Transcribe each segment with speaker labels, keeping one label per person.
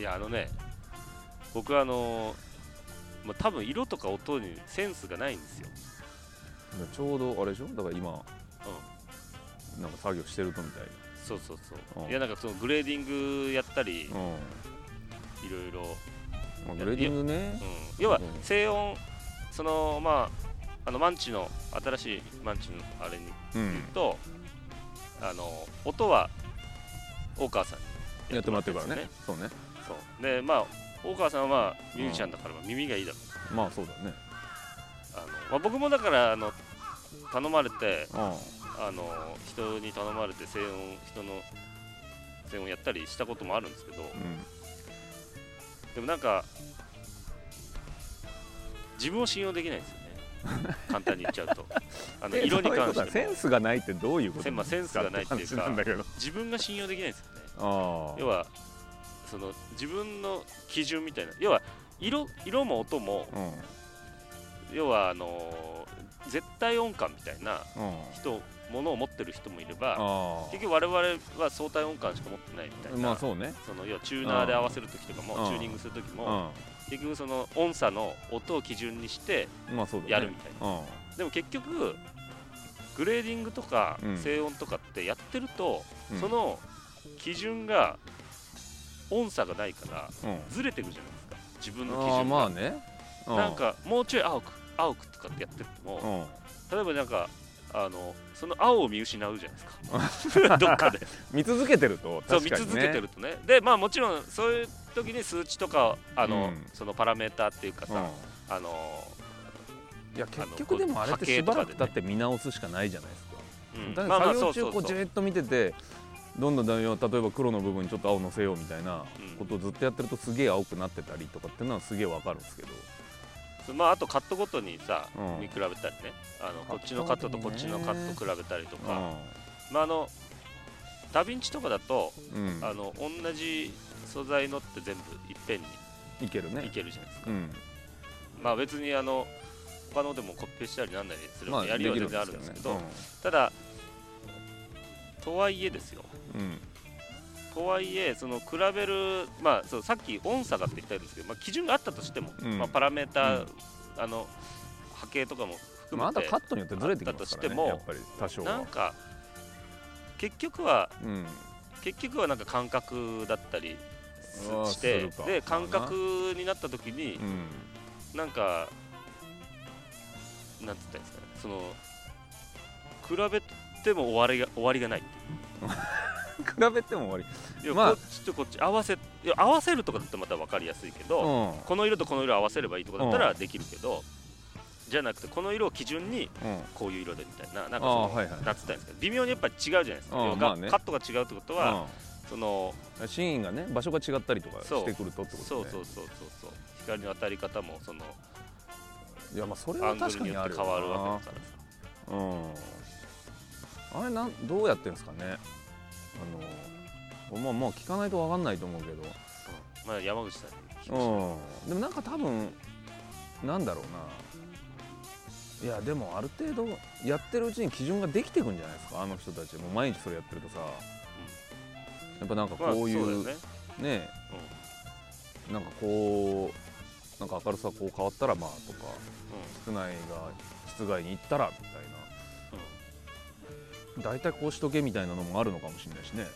Speaker 1: やあのね僕はあのまあ、多分色とか音にセンスがないんですよ
Speaker 2: ちょうどあれでしょだから今、なんか作業してるとみたい
Speaker 1: そうそうそう、
Speaker 2: うん
Speaker 1: いやなんかそのグレーディングやったりい
Speaker 2: な、う
Speaker 1: ろ
Speaker 2: ん
Speaker 1: いろ、
Speaker 2: まあ、グレーディングね
Speaker 1: うん、要は
Speaker 2: うん
Speaker 1: 静音そのまああのマンチの新しいマンチのあれに
Speaker 2: うん
Speaker 1: と、あの音は大川さんに
Speaker 2: やってもらってるからね
Speaker 1: やって
Speaker 2: そうね
Speaker 1: もらってるんですよねそうでまあ大川さんはまあミュージシャンだからまあ耳がいいだろう
Speaker 2: まあそうだね
Speaker 1: あの、まあ、僕もだからあの頼まれて
Speaker 2: あ
Speaker 1: あの人に頼まれて静音人の静音やったりしたこともあるんですけど
Speaker 2: あうん
Speaker 1: でもなんか自分を信用できないんですよね簡単に言っちゃう とあの
Speaker 2: え
Speaker 1: 色に関
Speaker 2: そういうこと
Speaker 1: し
Speaker 2: だ
Speaker 1: て
Speaker 2: セ
Speaker 1: も
Speaker 2: ンスがないってどういうこと
Speaker 1: せんまあセンスがないっていうか
Speaker 2: 話なんだけど
Speaker 1: 自分が信用できないんですよね
Speaker 2: あ
Speaker 1: 要はその自分の基準みたいな要は色色も音も
Speaker 2: あうん
Speaker 1: 要はあのー絶対音感みたいな
Speaker 2: うん
Speaker 1: 人ものを持ってる人もいれ
Speaker 2: あ
Speaker 1: ば
Speaker 2: あ
Speaker 1: 結局我々は相対音感しか持ってないみたいな、
Speaker 2: まあそうね
Speaker 1: その要はチューナーで合わせる時とかも
Speaker 2: うん
Speaker 1: チューニングする時
Speaker 2: うん
Speaker 1: も結局その音差の音を基準にして
Speaker 2: まあそうだね
Speaker 1: やるみたい
Speaker 2: な
Speaker 1: でも結局グレーディングとか
Speaker 2: うん
Speaker 1: 静音とかってやってると、
Speaker 2: うん
Speaker 1: その基準が音差がないから
Speaker 2: うん
Speaker 1: ずれてくじゃないですか自分の基
Speaker 2: ああ
Speaker 1: 準が、
Speaker 2: まあねう
Speaker 1: なんかもうちょい青く青くとかってやってると
Speaker 2: う
Speaker 1: も
Speaker 2: ん
Speaker 1: 例えばなんかあのその青を見失うじゃないです か どっかで
Speaker 2: 見続けてると
Speaker 1: そう
Speaker 2: 確
Speaker 1: 見
Speaker 2: かにね
Speaker 1: 続けてるとねでまあもちろんそういう時に数値とかあの、
Speaker 2: うん
Speaker 1: そのパラメーターっていうか
Speaker 2: うん
Speaker 1: さ、あの
Speaker 2: いや結局でもあれってしばらく経って見直すしかないじゃないですか
Speaker 1: うん
Speaker 2: だから作業中
Speaker 1: そ
Speaker 2: こ
Speaker 1: う
Speaker 2: うじ
Speaker 1: そう
Speaker 2: ーっと見ててどんどんだんよ例えば黒の部分にちょっと青のせようみたいな
Speaker 1: うん
Speaker 2: ことをずっとやってるとすげえ青くなってたりとかっていうのはすげえわかるんですけど
Speaker 1: そうまああとカットごとにさ、
Speaker 2: うん
Speaker 1: 見比べたりねあのこっちのカットとこっちのカット比べたりと
Speaker 2: う
Speaker 1: か、まああのダヴィンチとかだと、
Speaker 2: んうん
Speaker 1: あの同じ素材のって全部いっぺんに
Speaker 2: いけるね
Speaker 1: いけるじゃないですか、
Speaker 2: うん
Speaker 1: まあ別にあの他のでもコピペしたりなんなりする
Speaker 2: まあ
Speaker 1: やりは全然あ
Speaker 2: で
Speaker 1: るん
Speaker 2: き
Speaker 1: です
Speaker 2: んで
Speaker 1: け
Speaker 2: す
Speaker 1: ど、
Speaker 2: ど
Speaker 1: ただとはいえですよ
Speaker 2: うんうん
Speaker 1: とはいえその比べる、まあ、そうさっき音差がって言ったんですけど、まあ、基準があったとしても、
Speaker 2: うん
Speaker 1: まあ、パラメーター、
Speaker 2: うん
Speaker 1: あの波形とかも
Speaker 2: で
Speaker 1: 含
Speaker 2: もあ
Speaker 1: め
Speaker 2: と
Speaker 1: て、
Speaker 2: はカットによってずれてきますか
Speaker 1: だ
Speaker 2: ら
Speaker 1: として
Speaker 2: ね
Speaker 1: も
Speaker 2: やっぱり多少
Speaker 1: なん
Speaker 2: は
Speaker 1: か結局は
Speaker 2: うん
Speaker 1: 結局はなんか感覚だったりす
Speaker 2: うわ
Speaker 1: し
Speaker 2: す
Speaker 1: て
Speaker 2: るか
Speaker 1: で感覚になった時に
Speaker 2: うん
Speaker 1: なんかなんて言ったらいいんですかねその比べても終わりが終わりがない
Speaker 2: 比べても終わり
Speaker 1: いや
Speaker 2: まあ
Speaker 1: こっちとこっち合わせいや合わせるとかだったらまた分かりやすいけど、
Speaker 2: う
Speaker 1: この色とこの色合わせればいいとかだったらできるけど、じゃなくてこの色を基準に
Speaker 2: んうん
Speaker 1: こういう色でみたいななんかそ
Speaker 2: あ
Speaker 1: の、
Speaker 2: あーはいはい
Speaker 1: なんつったらいいんですか微妙にやっぱ違うじゃないですか、
Speaker 2: うん
Speaker 1: 要は
Speaker 2: まあね
Speaker 1: カットが違うってことは、その
Speaker 2: うんシーンがね場所が違ったりとか
Speaker 1: そう
Speaker 2: してくるとってことね
Speaker 1: そうそうそうそうそう光の当たり方もその
Speaker 2: いやまあそれ
Speaker 1: ア
Speaker 2: は
Speaker 1: ングル
Speaker 2: 確か
Speaker 1: に
Speaker 2: に
Speaker 1: よ
Speaker 2: あ
Speaker 1: っ
Speaker 2: る
Speaker 1: て
Speaker 2: よな
Speaker 1: 変わるわけだからさ
Speaker 2: うんあれなんどうやってんですかねあのまあまあ聞かないとわかんないと思うけ
Speaker 1: う
Speaker 2: ど
Speaker 1: んまあ山口さんに聞きまし
Speaker 2: うんでもなんか多分なんだろうないやでもある程度やってるうちに基準ができていくんじゃないですかあの人たちもう毎日それやってるとさ、やっぱなんか
Speaker 1: たまあ
Speaker 2: こうい
Speaker 1: そうだよ
Speaker 2: う,、
Speaker 1: ね、
Speaker 2: ねなんかこうなんか明るさこう変わったらまあとか室内が室外に行ったらみたい
Speaker 1: うんうん
Speaker 2: な大体こうしとけみたいなのもあるのかもしれないしね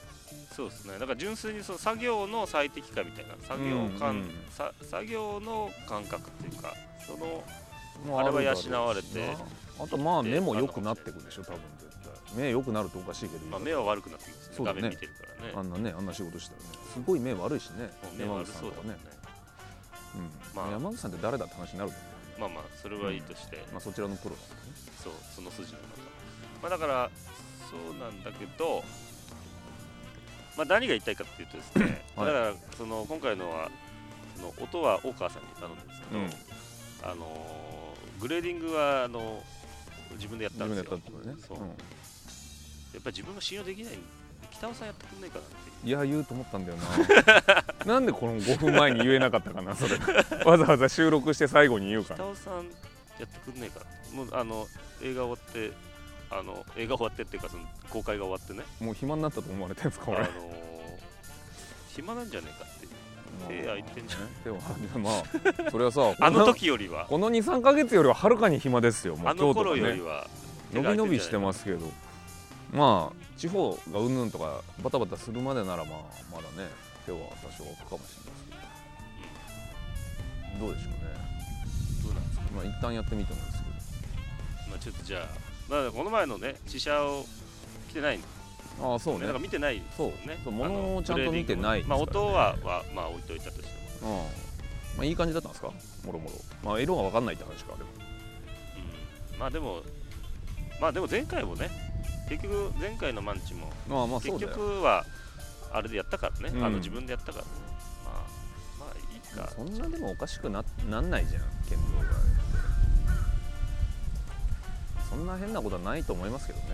Speaker 1: そうですねだから純粋にその作業の最適化みたいな作業感、
Speaker 2: うんうん
Speaker 1: さ作業の感覚っていうかその
Speaker 2: ま
Speaker 1: あれは
Speaker 2: るだろうしな
Speaker 1: 養われて
Speaker 2: あとまあ目も良くなってくるでしょ多分絶対目良くなるとおかしいけど、
Speaker 1: まあ、目は悪くなってきますね
Speaker 2: そうだ
Speaker 1: 画
Speaker 2: ね
Speaker 1: 面見てるからね
Speaker 2: あんなねあんな仕事したらねすごい目悪いしね
Speaker 1: もう目悪
Speaker 2: 山口さ
Speaker 1: そ
Speaker 2: ん
Speaker 1: うだ
Speaker 2: と
Speaker 1: もん
Speaker 2: か
Speaker 1: ね
Speaker 2: ね、うん
Speaker 1: まあ
Speaker 2: 山口さんって誰だって話になると思
Speaker 1: まあまあそれはいいとして、
Speaker 2: うまあそちらのプロ
Speaker 1: そうその筋の中まあだからそうなんだけどまあ何が言いたいかっていうとです ね、
Speaker 2: は
Speaker 1: だ
Speaker 2: い
Speaker 1: からその今回のはその音は大川さんに頼んだんですけど、
Speaker 2: うん
Speaker 1: あのーグレーディングはあの自分でやった
Speaker 2: だ
Speaker 1: ん
Speaker 2: ね
Speaker 1: です
Speaker 2: 自分でやっ
Speaker 1: よ
Speaker 2: たってこ
Speaker 1: そ
Speaker 2: とね
Speaker 1: うやっぱり自分が信用できない北尾さんやってくんないかなって
Speaker 2: うんいや言うと思ったんだよな なんでこの5分前に言えなかったかな それわざわざ収録して最後に言うから
Speaker 1: 北尾さんやってくんないかなもうあの映画終わってあの映画終わってっていうかその公開が終わってね
Speaker 2: もう暇になったと思われてるんですか
Speaker 1: あの
Speaker 2: 俺
Speaker 1: ー暇なんじゃねえかっていう手空いてんじゃん
Speaker 2: でもまあそれはさ
Speaker 1: あの時よりは
Speaker 2: この23か月よりははるかに暇ですよも
Speaker 1: あ
Speaker 2: う今
Speaker 1: の
Speaker 2: 日と
Speaker 1: 頃
Speaker 2: か
Speaker 1: より
Speaker 2: ね
Speaker 1: は手が空いんじゃ
Speaker 2: 伸び
Speaker 1: ない
Speaker 2: 伸びしてますけどまあ地方がうんぬんとかバタバタするまでならまあまだね手は多少空くかもしれないですけどどうでしょうね
Speaker 1: どうなんですか
Speaker 2: まあ一旦やってみてもいいですけど
Speaker 1: まあちょっとじゃあまあこの前のね試写を来てないんで
Speaker 2: ああそう
Speaker 1: ね
Speaker 2: ね
Speaker 1: だから見てない
Speaker 2: そう
Speaker 1: ね
Speaker 2: そう
Speaker 1: あの
Speaker 2: 物をちゃんと見てないです
Speaker 1: まあ
Speaker 2: からね
Speaker 1: 音ははまあ置いといたとしても
Speaker 2: うんまあいい感じだったんですかもろもろまあ色が分かんないって話かでも
Speaker 1: うんまあでもまあでも前回もね結局前回のマンチも
Speaker 2: まあまあそ
Speaker 1: 結
Speaker 2: うだよ
Speaker 1: 局はあれでやったからね、
Speaker 2: うん
Speaker 1: あの自分でやったからねまあまあいいか
Speaker 2: そんなでもおかしくななんないじゃん剣道がってそんな変なことはないと思いますけどね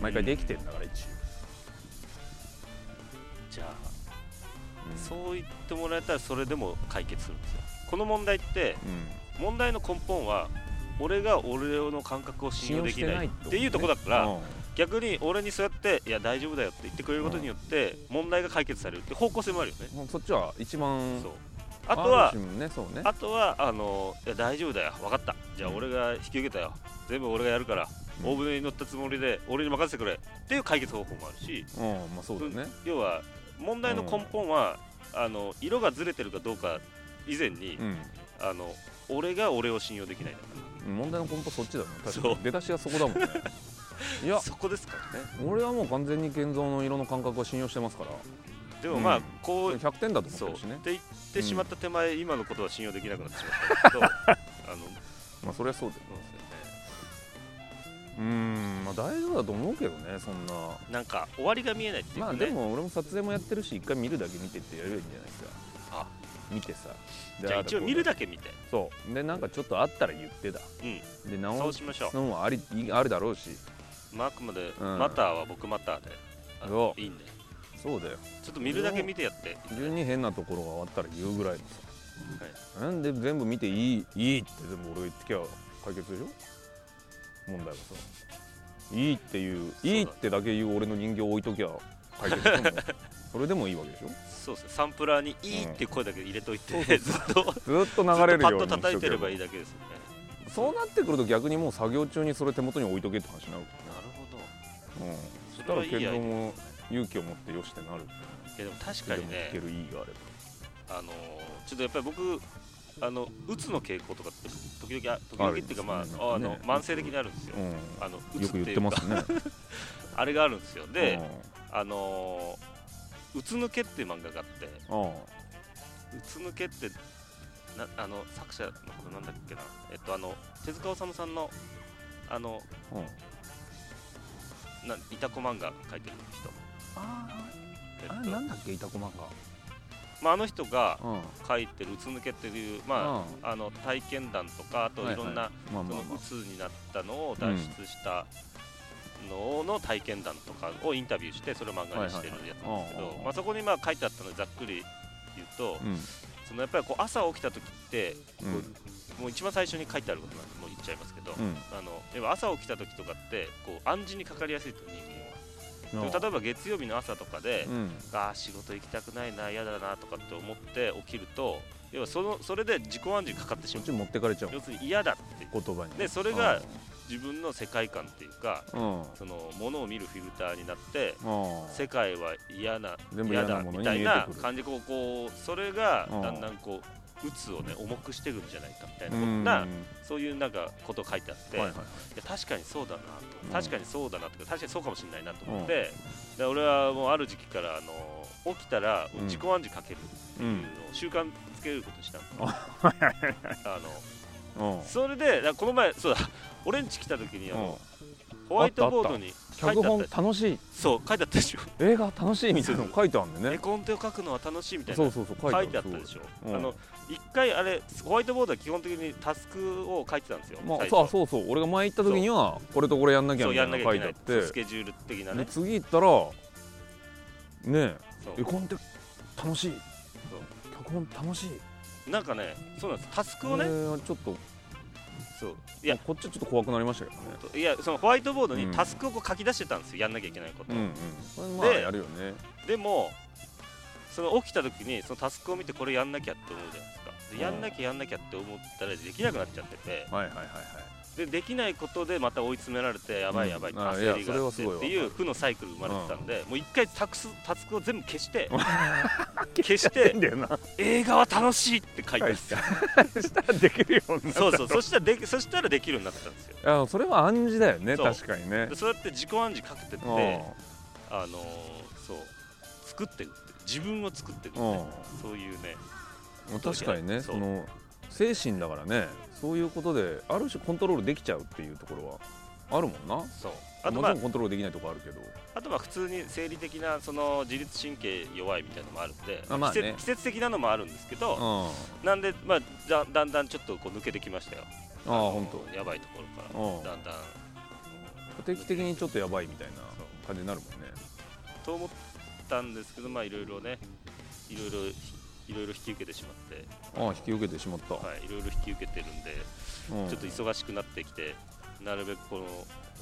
Speaker 2: 毎回できてんだから一
Speaker 1: じゃあ
Speaker 2: 応、う
Speaker 1: そう言ってもらえたらそれでも解決するんですよこの問題って
Speaker 2: ん、うん
Speaker 1: 問題の根本は俺が俺の感覚を信用できない
Speaker 2: 信用して
Speaker 1: っていうとこだから、
Speaker 2: うん
Speaker 1: 逆に俺にそうやっていや大丈夫だよって言ってくれることによって問題が解決されるって方向性もあるよね、
Speaker 2: もうそっちは一番
Speaker 1: そうあとは
Speaker 2: る種ねそうね
Speaker 1: あとはあのいや大丈夫だよ分かったじゃあ
Speaker 2: うん
Speaker 1: 俺が引き受けたよ全部俺がやるから
Speaker 2: うん
Speaker 1: 大船に乗ったつもりで俺に任せてくれっていう解決方法もあるし
Speaker 2: うんまあそうだね
Speaker 1: 要は問題の根本は、あの色がずれてるかどうか以前に、
Speaker 2: う
Speaker 1: あの俺が俺を信用できないだか
Speaker 2: ん問題の根本そっちだよね確か
Speaker 1: そう
Speaker 2: に出だしがそこだ もんねい
Speaker 1: ら
Speaker 2: や
Speaker 1: そこですからね
Speaker 2: 俺はもう完全に現像の色の感覚を信用してますから
Speaker 1: でもまあ、
Speaker 2: うん
Speaker 1: こう
Speaker 2: 100点だと思っ
Speaker 1: そう
Speaker 2: て
Speaker 1: っ
Speaker 2: るしね
Speaker 1: て言ってしまった手前、今のことは信用できなくなってしまった けどあの
Speaker 2: まあそりゃそう
Speaker 1: そうで
Speaker 2: だよ
Speaker 1: すよね
Speaker 2: うーんまあ大丈夫だと思うけどねそんな
Speaker 1: なんか終わりが見えないっていう
Speaker 2: ま
Speaker 1: か、
Speaker 2: あ
Speaker 1: ね、
Speaker 2: でも俺も撮影もやってるし一回見るだけ見てってやればいいんじゃないですか
Speaker 1: あ
Speaker 2: 見てさ
Speaker 1: じゃあ一応見る
Speaker 2: だ
Speaker 1: だけ見て
Speaker 2: そうでなんかちょっとあったら言ってだ
Speaker 1: うん
Speaker 2: で
Speaker 1: そう
Speaker 2: 直す
Speaker 1: しましょう
Speaker 2: のもありいあるだろうし
Speaker 1: まああくまで、
Speaker 2: うん
Speaker 1: マターは僕マターであ
Speaker 2: そ
Speaker 1: いいんで
Speaker 2: そうだよ
Speaker 1: ちょっと見るだけ見てやって
Speaker 2: 順に変なところが終わったら言うぐらいのさ、なんで全部見ていいいいって全部俺が言ってきゃ解決でしょ問題はさいいっていう
Speaker 1: だ
Speaker 2: いいってだけ言う俺の人形置いときゃ解決しても それでもいいわけでしょ
Speaker 1: そうですねサンプラーに「いい」っていう声だけ入れといて、 ずっと
Speaker 2: ずっと流れるように
Speaker 1: ずっとパッと叩いてればいい
Speaker 2: だ
Speaker 1: だけですよね
Speaker 2: そうなってくると逆にもう作業中にそれ手元に置いとけって話にな
Speaker 1: な
Speaker 2: る
Speaker 1: るほど
Speaker 2: うん、
Speaker 1: そ
Speaker 2: そし
Speaker 1: れ
Speaker 2: た
Speaker 1: は
Speaker 2: ら
Speaker 1: いいアイデア
Speaker 2: 剣道も勇気を持ってよしってなる
Speaker 1: いやでも確かに
Speaker 2: で
Speaker 1: ね
Speaker 2: もいける意義があれば
Speaker 1: あのーちょっとやっぱり僕あのうつの傾向とかって時々あ時々っていうかまあ
Speaker 2: あるんですね
Speaker 1: あの
Speaker 2: ね
Speaker 1: 慢性的にあるんですよ、あの
Speaker 2: う、
Speaker 1: うんつ
Speaker 2: よ
Speaker 1: って
Speaker 2: く言
Speaker 1: い
Speaker 2: って
Speaker 1: う
Speaker 2: ま
Speaker 1: か
Speaker 2: すね
Speaker 1: あれがあるんですよで、
Speaker 2: う
Speaker 1: あのーうつ抜け」っていう漫画があって
Speaker 2: んうん
Speaker 1: うつ抜けってなあの作者のことなんだっけなえっとあの手塚治虫さんのあの
Speaker 2: うん
Speaker 1: ないたこ漫画描いてる人、
Speaker 2: あ
Speaker 1: えっ
Speaker 2: あ
Speaker 1: と
Speaker 2: なんだっけいたこまん
Speaker 1: まあ、あの人が
Speaker 2: がうん
Speaker 1: 描いてるうつ抜けっていう、まあ、あの体験談とかあといろんな、
Speaker 2: まあまあ
Speaker 1: そ
Speaker 2: ま
Speaker 1: の
Speaker 2: あ
Speaker 1: うつになったのを脱出したのの体験談とかをインタビューしてそれを漫画にしてるやつなんですけ
Speaker 2: はいはいはいあ
Speaker 1: ど
Speaker 2: あああ
Speaker 1: まあそこにまあ書いてあったのでざっくり言うと、
Speaker 2: う
Speaker 1: そのやっぱりこう朝起きた時って、
Speaker 2: んうん
Speaker 1: もう一番最初に書いてあることなんでもう言っちゃいますけど、
Speaker 2: うん
Speaker 1: あのでも朝起きた時とかってこう暗示にかかりやすいと人間はでも例えば月曜日の朝とかで、
Speaker 2: うん
Speaker 1: あー仕事行きたくないな嫌だなとかって思って起きると要はそのそれで自己暗示にかかってし
Speaker 2: そ
Speaker 1: ま
Speaker 2: っ
Speaker 1: う
Speaker 2: ち持ってかれちゃう
Speaker 1: 要するに嫌だって
Speaker 2: 言葉に
Speaker 1: でそれが自分の世界観っていうか
Speaker 2: うんうん
Speaker 1: そのものを見るフィルターになって
Speaker 2: うん
Speaker 1: 世界は嫌な
Speaker 2: 全部
Speaker 1: 嫌
Speaker 2: 嫌
Speaker 1: だ
Speaker 2: なもの
Speaker 1: み
Speaker 2: に
Speaker 1: た
Speaker 2: 見
Speaker 1: い
Speaker 2: え
Speaker 1: な
Speaker 2: てくる
Speaker 1: 感じこうこうそれが
Speaker 2: うん
Speaker 1: だんだんこう鬱をね重くしていくんじゃないかみたいなこ
Speaker 2: う
Speaker 1: と
Speaker 2: ん
Speaker 1: な
Speaker 2: はい
Speaker 1: そういうなんかこと書いてあって、
Speaker 2: はいいはい
Speaker 1: や確かにそうだな
Speaker 2: うん
Speaker 1: と確かにそうだなとか確かにそうかもしれないなと思って、で俺はもうある時期からあの起きたら
Speaker 2: うん
Speaker 1: 自己暗示かけるって
Speaker 2: う
Speaker 1: いうんのを習慣つけることにしたの。 あの
Speaker 2: うん
Speaker 1: それでだからこの前そうだ俺ん家来た時にあ
Speaker 2: うん
Speaker 1: のホワイトボードに書いて
Speaker 2: 脚
Speaker 1: あっ
Speaker 2: 本
Speaker 1: た
Speaker 2: 楽しい
Speaker 1: そう書いてあったでしょ
Speaker 2: 映画楽しいみたいなの書いてあるんで
Speaker 1: 絵
Speaker 2: ね
Speaker 1: コンテを書くのは楽しいみたいな
Speaker 2: そうそうそう
Speaker 1: 書
Speaker 2: 書
Speaker 1: い
Speaker 2: い
Speaker 1: て
Speaker 2: て
Speaker 1: あ
Speaker 2: あ
Speaker 1: っ
Speaker 2: ったた
Speaker 1: でしょ、
Speaker 2: うん
Speaker 1: あの一回あれホワイトボードは基本的にタスクを書いてたんですよ、
Speaker 2: まあ、
Speaker 1: 最初
Speaker 2: そうそうそう俺が前行った時にはこれとこれやんなきゃ
Speaker 1: そう
Speaker 2: みた
Speaker 1: や
Speaker 2: い
Speaker 1: ん
Speaker 2: な
Speaker 1: なき
Speaker 2: の
Speaker 1: ゃ
Speaker 2: 書
Speaker 1: いけ
Speaker 2: いて
Speaker 1: な
Speaker 2: あ
Speaker 1: いそう
Speaker 2: って
Speaker 1: スケジュール的な
Speaker 2: で
Speaker 1: ね
Speaker 2: 次行ったらね
Speaker 1: そう
Speaker 2: え絵コンテ楽しい脚本楽しい
Speaker 1: なんかねそうなんですタスクを
Speaker 2: これ
Speaker 1: ね
Speaker 2: はちょっと
Speaker 1: そうい
Speaker 2: い
Speaker 1: や
Speaker 2: やこっちはちょっと怖くなりましたけど
Speaker 1: い
Speaker 2: ね
Speaker 1: やそのホワイトボードに
Speaker 2: うん
Speaker 1: タスクをこう書き出してたんですよやんなきゃいけないこと、
Speaker 2: うんうんそれまあ
Speaker 1: で
Speaker 2: やるよね
Speaker 1: でもその起きた時にそのタスクを見てこれやんなきゃって思うじゃないですかでやんなきゃやんなきゃって思ったらできなくなっちゃってて
Speaker 2: はいはいはいはい
Speaker 1: でできないことでまた追い詰められてやばいやばいって
Speaker 2: うんあ
Speaker 1: 焦りが
Speaker 2: いやそれ
Speaker 1: あ
Speaker 2: は
Speaker 1: って
Speaker 2: す
Speaker 1: っ
Speaker 2: ごいわ
Speaker 1: ていう負のサイクル生まれてたんでもう一回タクスタスクを全部消して 消して
Speaker 2: だよな
Speaker 1: 映画は楽しいって書いたんで すよ
Speaker 2: したらできるようになった
Speaker 1: そうそうそしたらできそしたらできるようになったんですよ
Speaker 2: あそれは暗示だよね
Speaker 1: そう
Speaker 2: 確かにね
Speaker 1: でそうやって自己暗示かけてって
Speaker 2: うん
Speaker 1: あのーそう作っていくって自分を作っていくって
Speaker 2: うん
Speaker 1: そういうね
Speaker 2: まあ確かにね
Speaker 1: そう
Speaker 2: その精神だからねそういうことである種コントロールできちゃうっていうところはあるもんな
Speaker 1: そうあ
Speaker 2: あ
Speaker 1: と
Speaker 2: も
Speaker 1: ま
Speaker 2: ち
Speaker 1: あ
Speaker 2: ろんコントロールできないとこあるけど
Speaker 1: あとは普通に生理的なその自律神経弱いみたいなのもあるんで、
Speaker 2: あまあね
Speaker 1: 季節季節的なのもあるんですけど、
Speaker 2: あ
Speaker 1: なんで、まあ、だだんだんちょっとこう抜けてきましたよ
Speaker 2: あ本
Speaker 1: 当やばいところから、
Speaker 2: 当
Speaker 1: だんだん
Speaker 2: うん定期的にちょっとやばいみたいな感じになるもんね
Speaker 1: と思ったんですけどまあいろいろねいろいろいろいろ引き受けてしまって、
Speaker 2: ああ引き受けてしまった、
Speaker 1: はい、いろいろ引き受けてるんで、
Speaker 2: うん
Speaker 1: ちょっと忙しくなってきてなるべくこの、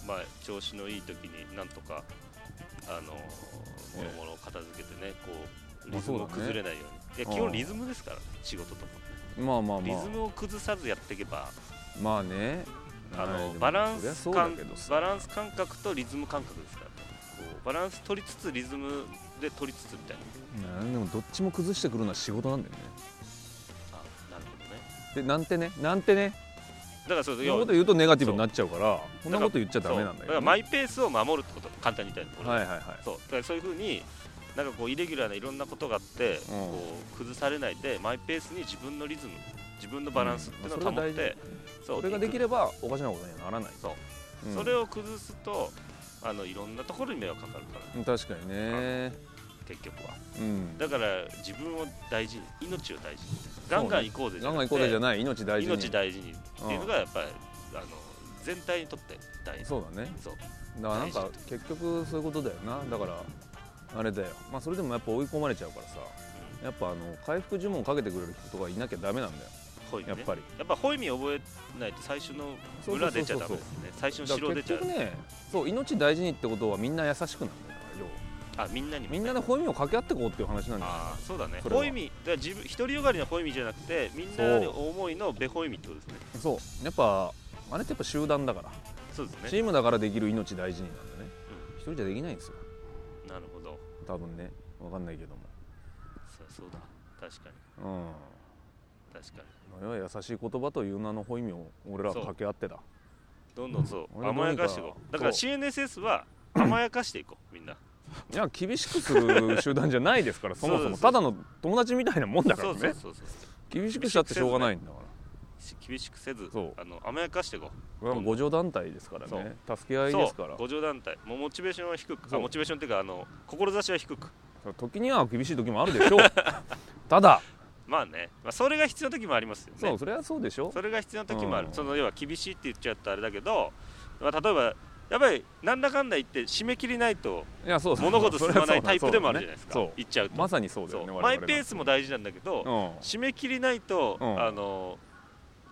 Speaker 1: まあ、調子のいい時になんとかあのもろもろ片付けてねこうリズム
Speaker 2: ま
Speaker 1: を
Speaker 2: あそうだね
Speaker 1: 崩れないように、いや基
Speaker 2: う
Speaker 1: 本
Speaker 2: ん
Speaker 1: リズムですからね仕事とか
Speaker 2: まあまあま
Speaker 1: リ
Speaker 2: あ
Speaker 1: ズムを崩さずやっていけば
Speaker 2: まあね
Speaker 1: あ
Speaker 2: はい
Speaker 1: の
Speaker 2: でも
Speaker 1: バラン
Speaker 2: そりゃ
Speaker 1: ス
Speaker 2: そうだ
Speaker 1: 感
Speaker 2: けどさ
Speaker 1: バランス感覚とリズム感覚ですからねこうバランス取りつつリズムで取りつつみたいな
Speaker 2: なんでもどっちも崩してくるのは仕事なんだよね
Speaker 1: あなるほどね
Speaker 2: でなんてねなんてね
Speaker 1: だからそう
Speaker 2: そん
Speaker 1: 要は
Speaker 2: なこと言うとネガティブになっちゃうからそんなこと言っちゃ
Speaker 1: そ
Speaker 2: ダメ
Speaker 1: う
Speaker 2: なん
Speaker 1: だ
Speaker 2: だけ
Speaker 1: か
Speaker 2: ど
Speaker 1: ら
Speaker 2: ね、
Speaker 1: マイペースを守るってこと簡単に言ったら俺は
Speaker 2: はいはいはい
Speaker 1: そうだからそういうふうになんかこうイレギュラーないろんなことがあって、こう崩されないでマイペースに自分のリズム自分のバランスっていうのを保っ
Speaker 2: うんそれが
Speaker 1: て、そう
Speaker 2: それができ
Speaker 1: る
Speaker 2: ればおかしなことにはならない
Speaker 1: そう、
Speaker 2: うん
Speaker 1: それを崩すとあのいろんなところに迷惑かかるから
Speaker 2: うん確かにね
Speaker 1: 結局は
Speaker 2: うん
Speaker 1: だから自分を大事に命を大事にガンガン行こうぜ
Speaker 2: ガンガン行こうぜじゃ
Speaker 1: な
Speaker 2: ない命大
Speaker 1: くて
Speaker 2: 事に
Speaker 1: 命大事にっていうのがやっぱり、あの全体にとって大事
Speaker 2: そうだね
Speaker 1: そう
Speaker 2: だからなん
Speaker 1: 大
Speaker 2: か
Speaker 1: 事
Speaker 2: 結局そういうことだよなだからあれだよまあそれでもやっぱ追い込まれちゃうからさやっぱあの回復呪文かけてくれる人がいなきゃダメなんだよ
Speaker 1: ホイミ
Speaker 2: やっ
Speaker 1: ね
Speaker 2: ぱり
Speaker 1: やっぱホイミ覚えないと最初の裏出ちゃダメですね最初の
Speaker 2: だか
Speaker 1: 城
Speaker 2: ら
Speaker 1: 出
Speaker 2: 結
Speaker 1: ちゃう
Speaker 2: 局ねそう命大事にってことはみんな優しくなるんだよ要は
Speaker 1: あみんなにも
Speaker 2: みんなで本名を掛け合ってこうっていう話なんだよ
Speaker 1: ああそうだね
Speaker 2: それは
Speaker 1: ホイミだから自分独りよがりのホイミじゃなくてみんなの思いのベホイミってことですね
Speaker 2: そうやっぱあれってやっぱ集団だから、
Speaker 1: そうです
Speaker 2: チ
Speaker 1: ね
Speaker 2: ームだからできる命大事になんだね一人じゃできないんですよ
Speaker 1: なるほど
Speaker 2: 多分ね分かんないけど
Speaker 1: そうそうだ確かに
Speaker 2: も
Speaker 1: 確かに
Speaker 2: うんの優しい言葉という名の本名を俺らは掛け合ってた
Speaker 1: どんどんそう
Speaker 2: 俺ら
Speaker 1: 甘やかしていこ
Speaker 2: どうに
Speaker 1: う
Speaker 2: か
Speaker 1: だから CNSS は甘やかしていこうみんない
Speaker 2: や厳しくする集団じゃないですからそも
Speaker 1: そう
Speaker 2: そ
Speaker 1: そう
Speaker 2: も
Speaker 1: そう
Speaker 2: ただの友達みたいなもんだか
Speaker 1: そ
Speaker 2: ら
Speaker 1: うそう
Speaker 2: ね
Speaker 1: そうそう
Speaker 2: 厳しくしたってしょうがないんだから
Speaker 1: し厳しくせず
Speaker 2: そう
Speaker 1: あの甘やかしていこう
Speaker 2: これはもう互助団体ですからね助け合い
Speaker 1: そ
Speaker 2: で
Speaker 1: う
Speaker 2: すから
Speaker 1: 互助団体もうモチベーションは低く
Speaker 2: そ
Speaker 1: あ
Speaker 2: う
Speaker 1: モチベーションっていうかあの志は低く
Speaker 2: 時には厳しい時もある でしょうただ
Speaker 1: まあね、まあ、それが必要な時もありますよね
Speaker 2: そうそれはそうでしょ
Speaker 1: それが必要な時もある、
Speaker 2: うん
Speaker 1: その要は厳しいって言っちゃったあれだけど、まあ、例えばやっぱりなんだかんだ言って締め切りないと
Speaker 2: いやそうそう
Speaker 1: 物事進まない
Speaker 2: それはそうだ
Speaker 1: タイプでもあるじゃないですか
Speaker 2: そうだね
Speaker 1: 言っちゃう
Speaker 2: そ
Speaker 1: と、
Speaker 2: うまさにそうだ
Speaker 1: そ
Speaker 2: よ
Speaker 1: う
Speaker 2: ね
Speaker 1: マイペースも
Speaker 2: だ
Speaker 1: 大事なんだけど、締め切りないと、
Speaker 2: うん
Speaker 1: あの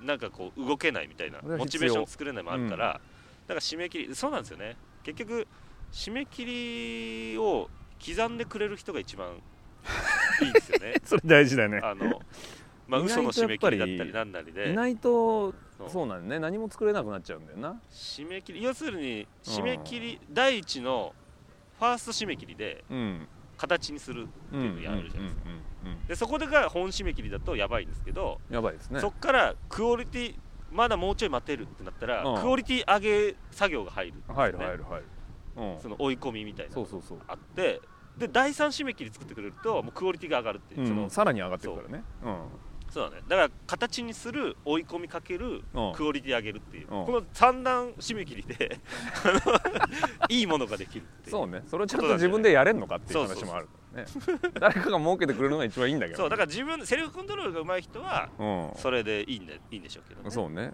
Speaker 1: なんかこう動けないみたいな
Speaker 2: それは必要
Speaker 1: モチベーション作れないもあるから、だから締め切りそうなんですよね結局締め切りを刻んでくれる人が一番いいです よね
Speaker 2: それ大事だよね
Speaker 1: あのまあ
Speaker 2: 意外
Speaker 1: 嘘の締
Speaker 2: と
Speaker 1: め切りだった
Speaker 2: やっ
Speaker 1: り
Speaker 2: ぱ
Speaker 1: なんなりで
Speaker 2: いないと
Speaker 1: そう
Speaker 2: そうなんだね何も作れなくなっちゃうんだよな
Speaker 1: 締め切り要するに
Speaker 2: うん
Speaker 1: 締め切り、第一のファースト締め切りで
Speaker 2: うん
Speaker 1: 形にする
Speaker 2: うんう
Speaker 1: ってい
Speaker 2: ん
Speaker 1: うのやるじゃないです
Speaker 2: うんうんうん
Speaker 1: でそこでが本締め切りだとやばいんですけど、
Speaker 2: やばいですね
Speaker 1: そっからクオリティまだもうちょい待てるってなったら、
Speaker 2: うん
Speaker 1: クオリティ上げ作業が入るんですよね
Speaker 2: 入る入る入るうん
Speaker 1: その追い込みみたいなの
Speaker 2: そう
Speaker 1: が
Speaker 2: そうそう
Speaker 1: あってで第三締め切り作ってくれるともうクオリティが上がるっていう、そ
Speaker 2: うん
Speaker 1: の
Speaker 2: さらに上がってくからね
Speaker 1: そうだねだから形にする追い込みかける
Speaker 2: うんうん
Speaker 1: クオリティ上げるっていう、
Speaker 2: うん
Speaker 1: この三段締め切りで あのいいものができるっていう
Speaker 2: そうねそれをちゃんと自分でやれんのかっていう話もあるからね誰かが儲けてくれるのが一番いいんだけど
Speaker 1: そうだから自分セルフコントロールが上手い人は
Speaker 2: らうん
Speaker 1: それでいいんだいいんでしょうけど、ね、
Speaker 2: そうね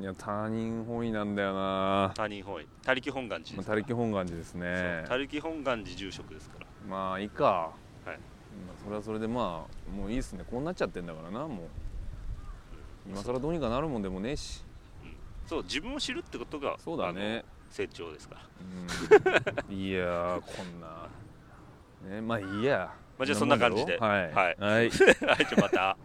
Speaker 2: いや他人本位なんだよな
Speaker 1: 他人本位他力本願寺
Speaker 2: ま
Speaker 1: で
Speaker 2: あ
Speaker 1: す
Speaker 2: 他力本願寺です
Speaker 1: そう
Speaker 2: ね
Speaker 1: 他力本願寺住職ですから
Speaker 2: まあいいか
Speaker 1: はい
Speaker 2: まあそれはそれでまあもういいっすねこうなっちゃってんだからなもう今更どうにかなるもんでもねえし
Speaker 1: そう自分を知るってことが
Speaker 2: そうだね
Speaker 1: あの成長ですから
Speaker 2: うんいやーこんなねまあいいや
Speaker 1: まあ、じゃあそんな感じで。
Speaker 2: は
Speaker 1: は
Speaker 2: い
Speaker 1: い
Speaker 2: はい
Speaker 1: はい、じゃあまた。